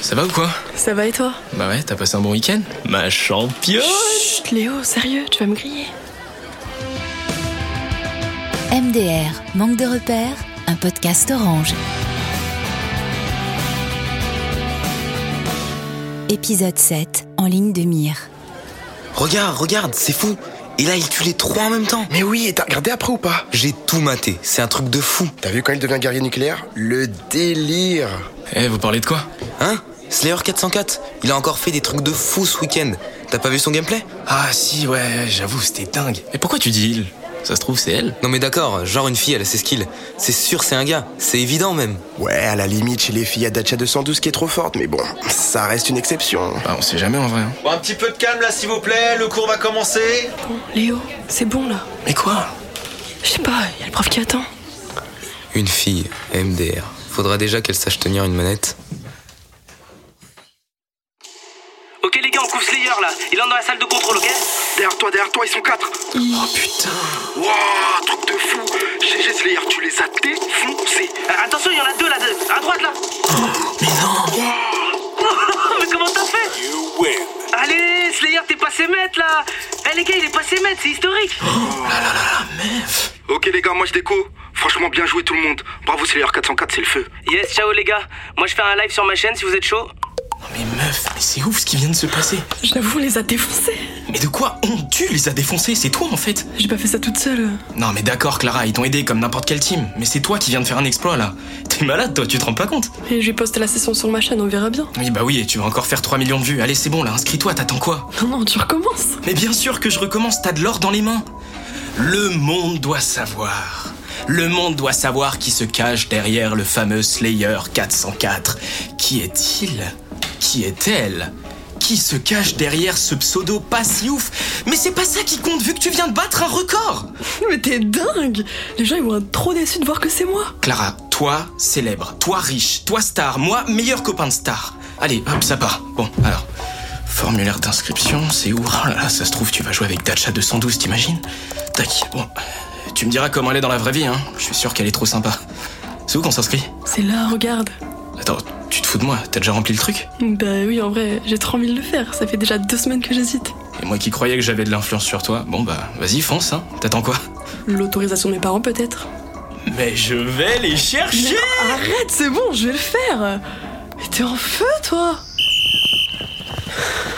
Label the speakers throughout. Speaker 1: Ça va ou quoi
Speaker 2: Ça va et toi
Speaker 1: Bah ouais, t'as passé un bon week-end Ma championne
Speaker 2: Chut, Léo, sérieux, tu vas me griller.
Speaker 3: MDR, manque de repères, un podcast orange. Épisode 7, en ligne de mire.
Speaker 4: Regarde, regarde, c'est fou. Et là, il tue les trois en même temps.
Speaker 5: Mais oui, et t'as regardé après ou pas
Speaker 4: J'ai tout maté. C'est un truc de fou.
Speaker 5: T'as vu quand il devient guerrier nucléaire Le délire
Speaker 1: Eh, vous parlez de quoi
Speaker 4: Hein Slayer 404, il a encore fait des trucs de fou ce week-end. T'as pas vu son gameplay
Speaker 1: Ah si, ouais, j'avoue, c'était dingue. Mais pourquoi tu dis il Ça se trouve, c'est elle
Speaker 4: Non mais d'accord, genre une fille, elle a ses skills. C'est sûr, c'est un gars. C'est évident même.
Speaker 5: Ouais, à la limite, chez les filles, il y a Dacia 212 qui est trop forte, mais bon, ça reste une exception.
Speaker 1: Bah, on sait jamais en vrai. hein.
Speaker 6: Bon, un petit peu de calme là, s'il vous plaît. Le cours va commencer.
Speaker 2: Bon, Léo, c'est bon là.
Speaker 1: Mais quoi
Speaker 2: Je sais pas, y a le prof qui attend.
Speaker 4: Une fille, MDR. Faudra déjà qu'elle sache tenir une manette.
Speaker 7: Ok les gars, on couvre Slayer là. Il entre dans la salle de contrôle, ok
Speaker 8: Derrière toi, derrière toi, ils sont quatre.
Speaker 1: Putain
Speaker 8: Wouah, truc de fou. GG Slayer, tu les as défoncés.
Speaker 7: Euh, Attention, il y en a deux là, deux. à droite là. mais non Mais comment t'as fait Allez, Slayer, t'es passé maître là Eh les gars, il est passé maître, c'est historique
Speaker 8: Ok les gars, moi je déco. Franchement, bien joué tout le monde. Bravo Slayer 404, c'est le feu.
Speaker 7: Yes, ciao les gars. Moi je fais un live sur ma chaîne si vous êtes chaud.
Speaker 1: Non mais meuf, mais c'est ouf ce qui vient de se passer.
Speaker 2: J'avoue, on les a défoncés.
Speaker 1: Mais de quoi on tu les as défoncés C'est toi en fait
Speaker 2: J'ai pas fait ça toute seule.
Speaker 1: Non mais d'accord, Clara, ils t'ont aidé comme n'importe quel team. Mais c'est toi qui viens de faire un exploit là. T'es malade toi, tu te rends pas compte
Speaker 2: Et je vais poster la session sur ma chaîne, on verra bien.
Speaker 1: Oui, bah oui, et tu vas encore faire 3 millions de vues. Allez, c'est bon là, inscris-toi, t'attends quoi
Speaker 2: Non, non, tu recommences.
Speaker 1: Mais bien sûr que je recommence, t'as de l'or dans les mains. Le monde doit savoir. Le monde doit savoir qui se cache derrière le fameux Slayer 404. Qui est-il Qui est-elle Qui se cache derrière ce pseudo pas si ouf Mais c'est pas ça qui compte vu que tu viens de battre un record
Speaker 2: Mais t'es dingue Les gens, ils vont être trop déçus de voir que c'est moi.
Speaker 1: Clara, toi célèbre, toi riche, toi star, moi meilleur copain de star. Allez, hop, ça part. Bon, alors. Formulaire d'inscription, c'est où Oh là là, ça se trouve, tu vas jouer avec Dacha 212, t'imagines Tac, bon. Tu me diras comment elle est dans la vraie vie, hein. Je suis sûr qu'elle est trop sympa. C'est où qu'on s'inscrit
Speaker 2: C'est là, regarde.
Speaker 1: Attends, tu te fous de moi T'as déjà rempli le truc
Speaker 2: Bah oui, en vrai, j'ai trop envie de le faire. Ça fait déjà deux semaines que j'hésite.
Speaker 1: Et moi qui croyais que j'avais de l'influence sur toi, bon bah, vas-y, fonce, hein. T'attends quoi
Speaker 2: L'autorisation de mes parents, peut-être.
Speaker 1: Mais je vais les chercher
Speaker 2: Arrête, c'est bon, je vais le faire. Mais t'es en feu, toi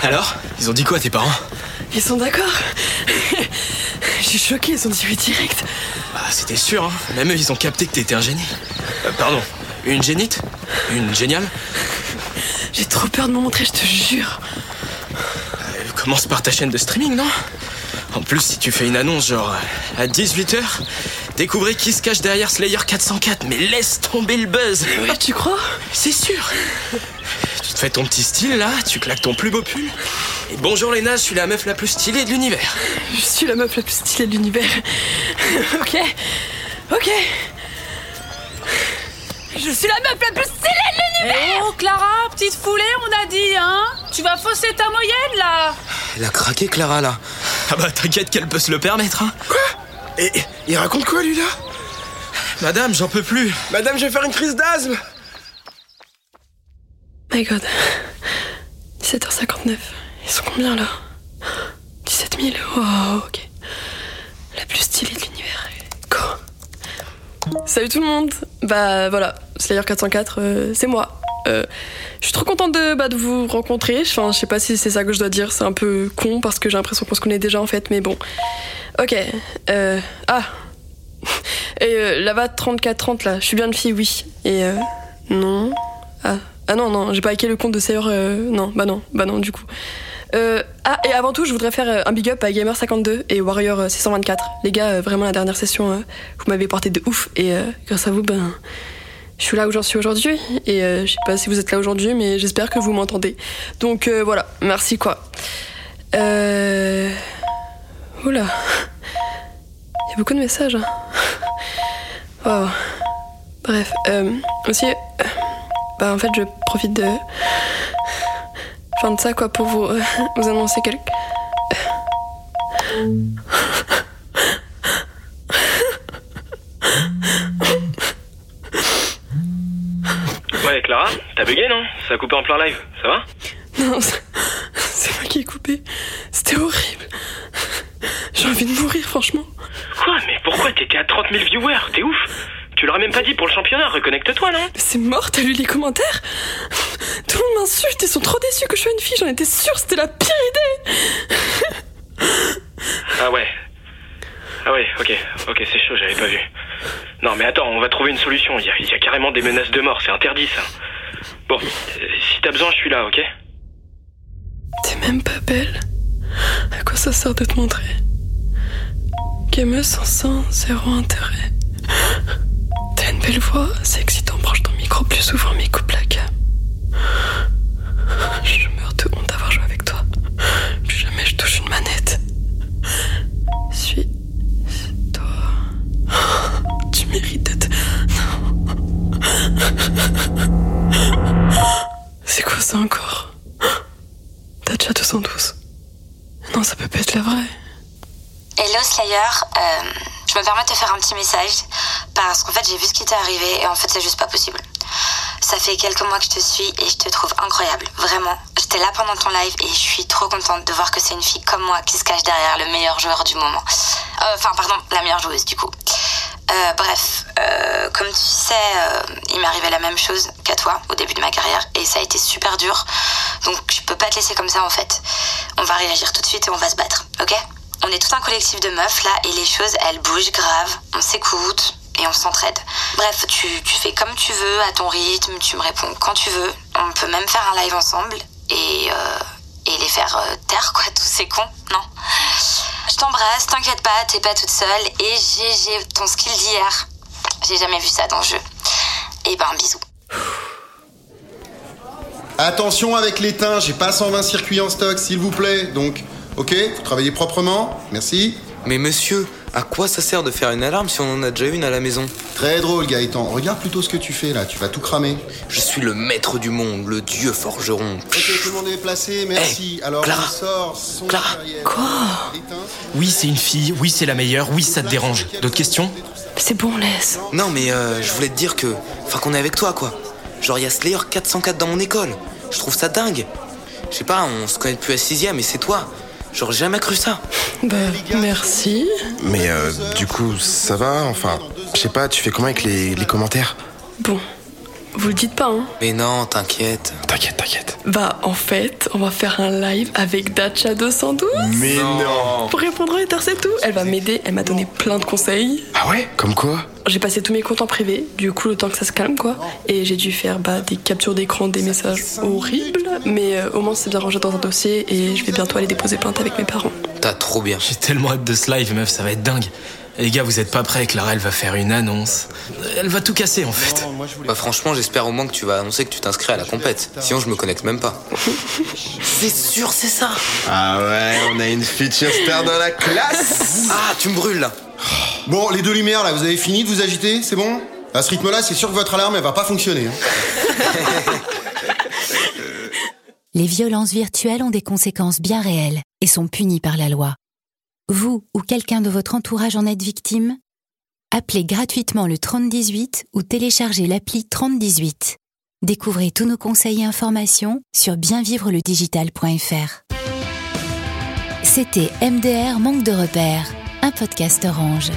Speaker 1: Alors Ils ont dit quoi à tes parents
Speaker 2: Ils sont d'accord Je suis choquée, ils ont dit oui direct.
Speaker 1: Bah, c'était sûr, hein. Même eux, ils ont capté que t'étais un génie. Euh, pardon, une génite Une géniale
Speaker 2: J'ai trop peur de me montrer, je te jure.
Speaker 1: Euh, Commence par ta chaîne de streaming, non En plus, si tu fais une annonce, genre, euh, à 18h, découvrez qui se cache derrière Slayer 404, mais laisse tomber le buzz
Speaker 2: Ouais, Ah, tu crois
Speaker 1: C'est sûr Tu te fais ton petit style, là, tu claques ton plus beau pull, et bonjour Léna, je suis la meuf la plus stylée de l'univers
Speaker 2: Je suis la meuf la plus stylée de l'univers. ok. Ok. Je suis la meuf la plus stylée de l'univers
Speaker 9: Oh Clara, petite foulée, on a dit, hein Tu vas fausser ta moyenne là
Speaker 4: Elle a craqué Clara là.
Speaker 1: Ah bah, t'inquiète qu'elle peut se le permettre, hein
Speaker 5: Et il raconte quoi, lui, là
Speaker 1: Madame, j'en peux plus
Speaker 5: Madame, je vais faire une crise d'asthme
Speaker 2: My god. 17h59. Ils sont combien là 17 000. Wow, ok. La plus stylée de l'univers. Go. Salut tout le monde. Bah voilà, Slayer 404, euh, c'est moi. Euh, je suis trop contente de, bah, de vous rencontrer. Enfin, je sais pas si c'est ça que je dois dire. C'est un peu con parce que j'ai l'impression qu'on se connaît déjà en fait, mais bon. Ok. Euh, ah. Et euh, là-bas, 34-30 là. Je suis bien une fille, oui. Et euh, non. Ah, ah non, non, j'ai pas hacké le compte de Sayer. euh, non, bah non, bah non, du coup. Euh, ah, et avant tout, je voudrais faire euh, un big up à Gamer52 et euh, Warrior624. Les gars, euh, vraiment, la dernière session, euh, vous m'avez porté de ouf. Et euh, grâce à vous, ben, je suis là où j'en suis aujourd'hui. Et euh, je sais pas si vous êtes là aujourd'hui, mais j'espère que vous m'entendez. Donc euh, voilà, merci quoi. Euh. Oula. Il y a beaucoup de messages. hein. Waouh. Bref, euh, aussi. euh, bah en fait je profite de enfin de ça quoi pour vous euh, vous annoncer quelque
Speaker 6: Ouais,
Speaker 10: Clara, t'as bugué non Ça a coupé en plein live, ça va
Speaker 2: Non, c'est- c'est moi qui ai coupé. C'était horrible. J'ai envie de mourir, franchement.
Speaker 10: Quoi Mais pourquoi t'étais à 30 000 viewers T'es ouf Tu l'aurais même pas dit pour le championnat, reconnecte-toi non
Speaker 2: C'est mort, t'as lu les commentaires Tout le monde m'insulte, ils sont trop déçus que je sois une fille, j'en étais sûre, c'était la pire idée
Speaker 10: Ah ouais. Ah ouais, ok, ok, c'est chaud, j'avais pas vu. Non mais attends, on va trouver une solution, il y, a- il y a carrément des menaces de mort, c'est interdit ça. Bon, euh, si t'as besoin, je suis là, ok
Speaker 2: T'es même pas belle. À quoi ça sert de te montrer Gameuse sans sang, zéro intérêt. T'as une belle voix, c'est excitant, branche ton micro plus souvent, mais coupe la gamme. Je meurs de honte d'avoir joué avec toi. Plus jamais je touche une manette. Suis toi. Tu mérites d'être. Non. C'est quoi ça encore T'as déjà 212. Non, ça peut pas être la vraie.
Speaker 11: Hello Slayer, Euh, je me permets de te faire un petit message parce qu'en fait j'ai vu ce qui t'est arrivé et en fait c'est juste pas possible. Ça fait quelques mois que je te suis et je te trouve incroyable, vraiment. J'étais là pendant ton live et je suis trop contente de voir que c'est une fille comme moi qui se cache derrière le meilleur joueur du moment. Euh, Enfin, pardon, la meilleure joueuse du coup. Euh, bref, euh, comme tu sais, euh, il m'est arrivé la même chose qu'à toi au début de ma carrière et ça a été super dur. Donc je peux pas te laisser comme ça en fait. On va réagir tout de suite et on va se battre, ok On est tout un collectif de meufs là et les choses elles bougent grave. On s'écoute et on s'entraide. Bref, tu, tu fais comme tu veux, à ton rythme, tu me réponds quand tu veux. On peut même faire un live ensemble et, euh, et les faire euh, taire quoi, tous ces cons, non je t'embrasse, t'inquiète pas, t'es pas toute seule. Et GG ton skill d'hier. J'ai jamais vu ça dans le jeu. Et ben, bisous.
Speaker 12: Attention avec l'étain, j'ai pas 120 circuits en stock, s'il vous plaît. Donc, ok, vous travaillez proprement, merci.
Speaker 4: Mais monsieur, à quoi ça sert de faire une alarme si on en a déjà une à la maison
Speaker 12: Très drôle, Gaëtan. Regarde plutôt ce que tu fais là, tu vas tout cramer.
Speaker 4: Je suis le maître du monde, le dieu forgeron.
Speaker 12: Ok, tout le monde est placé, merci. Alors,
Speaker 4: Eh, Clara.
Speaker 12: on sort son
Speaker 4: Clara.
Speaker 12: derrière.
Speaker 1: Oui, c'est une fille, oui, c'est la meilleure, oui, ça te dérange. D'autres questions
Speaker 2: C'est bon, laisse.
Speaker 4: Non mais euh, je voulais te dire que... Enfin qu'on est avec toi quoi. Genre il y a Slayer 404 dans mon école. Je trouve ça dingue. Je sais pas, on se connaît depuis la sixième et c'est toi. J'aurais jamais cru ça.
Speaker 2: Bah, merci.
Speaker 5: Mais euh, du coup, ça va Enfin, je sais pas, tu fais comment avec les, les commentaires
Speaker 2: Bon, vous le dites pas, hein
Speaker 4: Mais non, t'inquiète.
Speaker 5: T'inquiète, t'inquiète.
Speaker 2: Bah, en fait, on va faire un live avec Dacha 212.
Speaker 5: Mais non.
Speaker 2: Pour répondre à Intercept tout. Elle va m'aider, elle m'a donné plein de conseils.
Speaker 5: Ah ouais Comme quoi
Speaker 2: J'ai passé tous mes comptes en privé, du coup, le temps que ça se calme, quoi. Et j'ai dû faire bah, des captures d'écran, des messages horribles. Mais euh, au moins, c'est bien rangé dans un dossier et je vais bientôt aller déposer plainte avec mes parents.
Speaker 4: T'as trop bien.
Speaker 1: J'ai tellement hâte de ce live, meuf, ça va être dingue. Les gars, vous êtes pas prêts, Clara, elle va faire une annonce. Elle va tout casser en fait.
Speaker 4: Bah franchement, j'espère au moins que tu vas annoncer que tu t'inscris à la compète. Sinon, je me connecte même pas. C'est sûr, c'est ça.
Speaker 5: Ah ouais, on a une future star dans la classe
Speaker 4: Ah, tu me brûles là.
Speaker 12: Bon, les deux lumières là, vous avez fini de vous agiter, c'est bon À ce rythme là, c'est sûr que votre alarme elle va pas fonctionner. hein.
Speaker 3: Les violences virtuelles ont des conséquences bien réelles et sont punies par la loi. Vous ou quelqu'un de votre entourage en êtes victime Appelez gratuitement le 3018 ou téléchargez l'appli 3018. Découvrez tous nos conseils et informations sur bienvivreledigital.fr. C'était MDR Manque de repères, un podcast orange.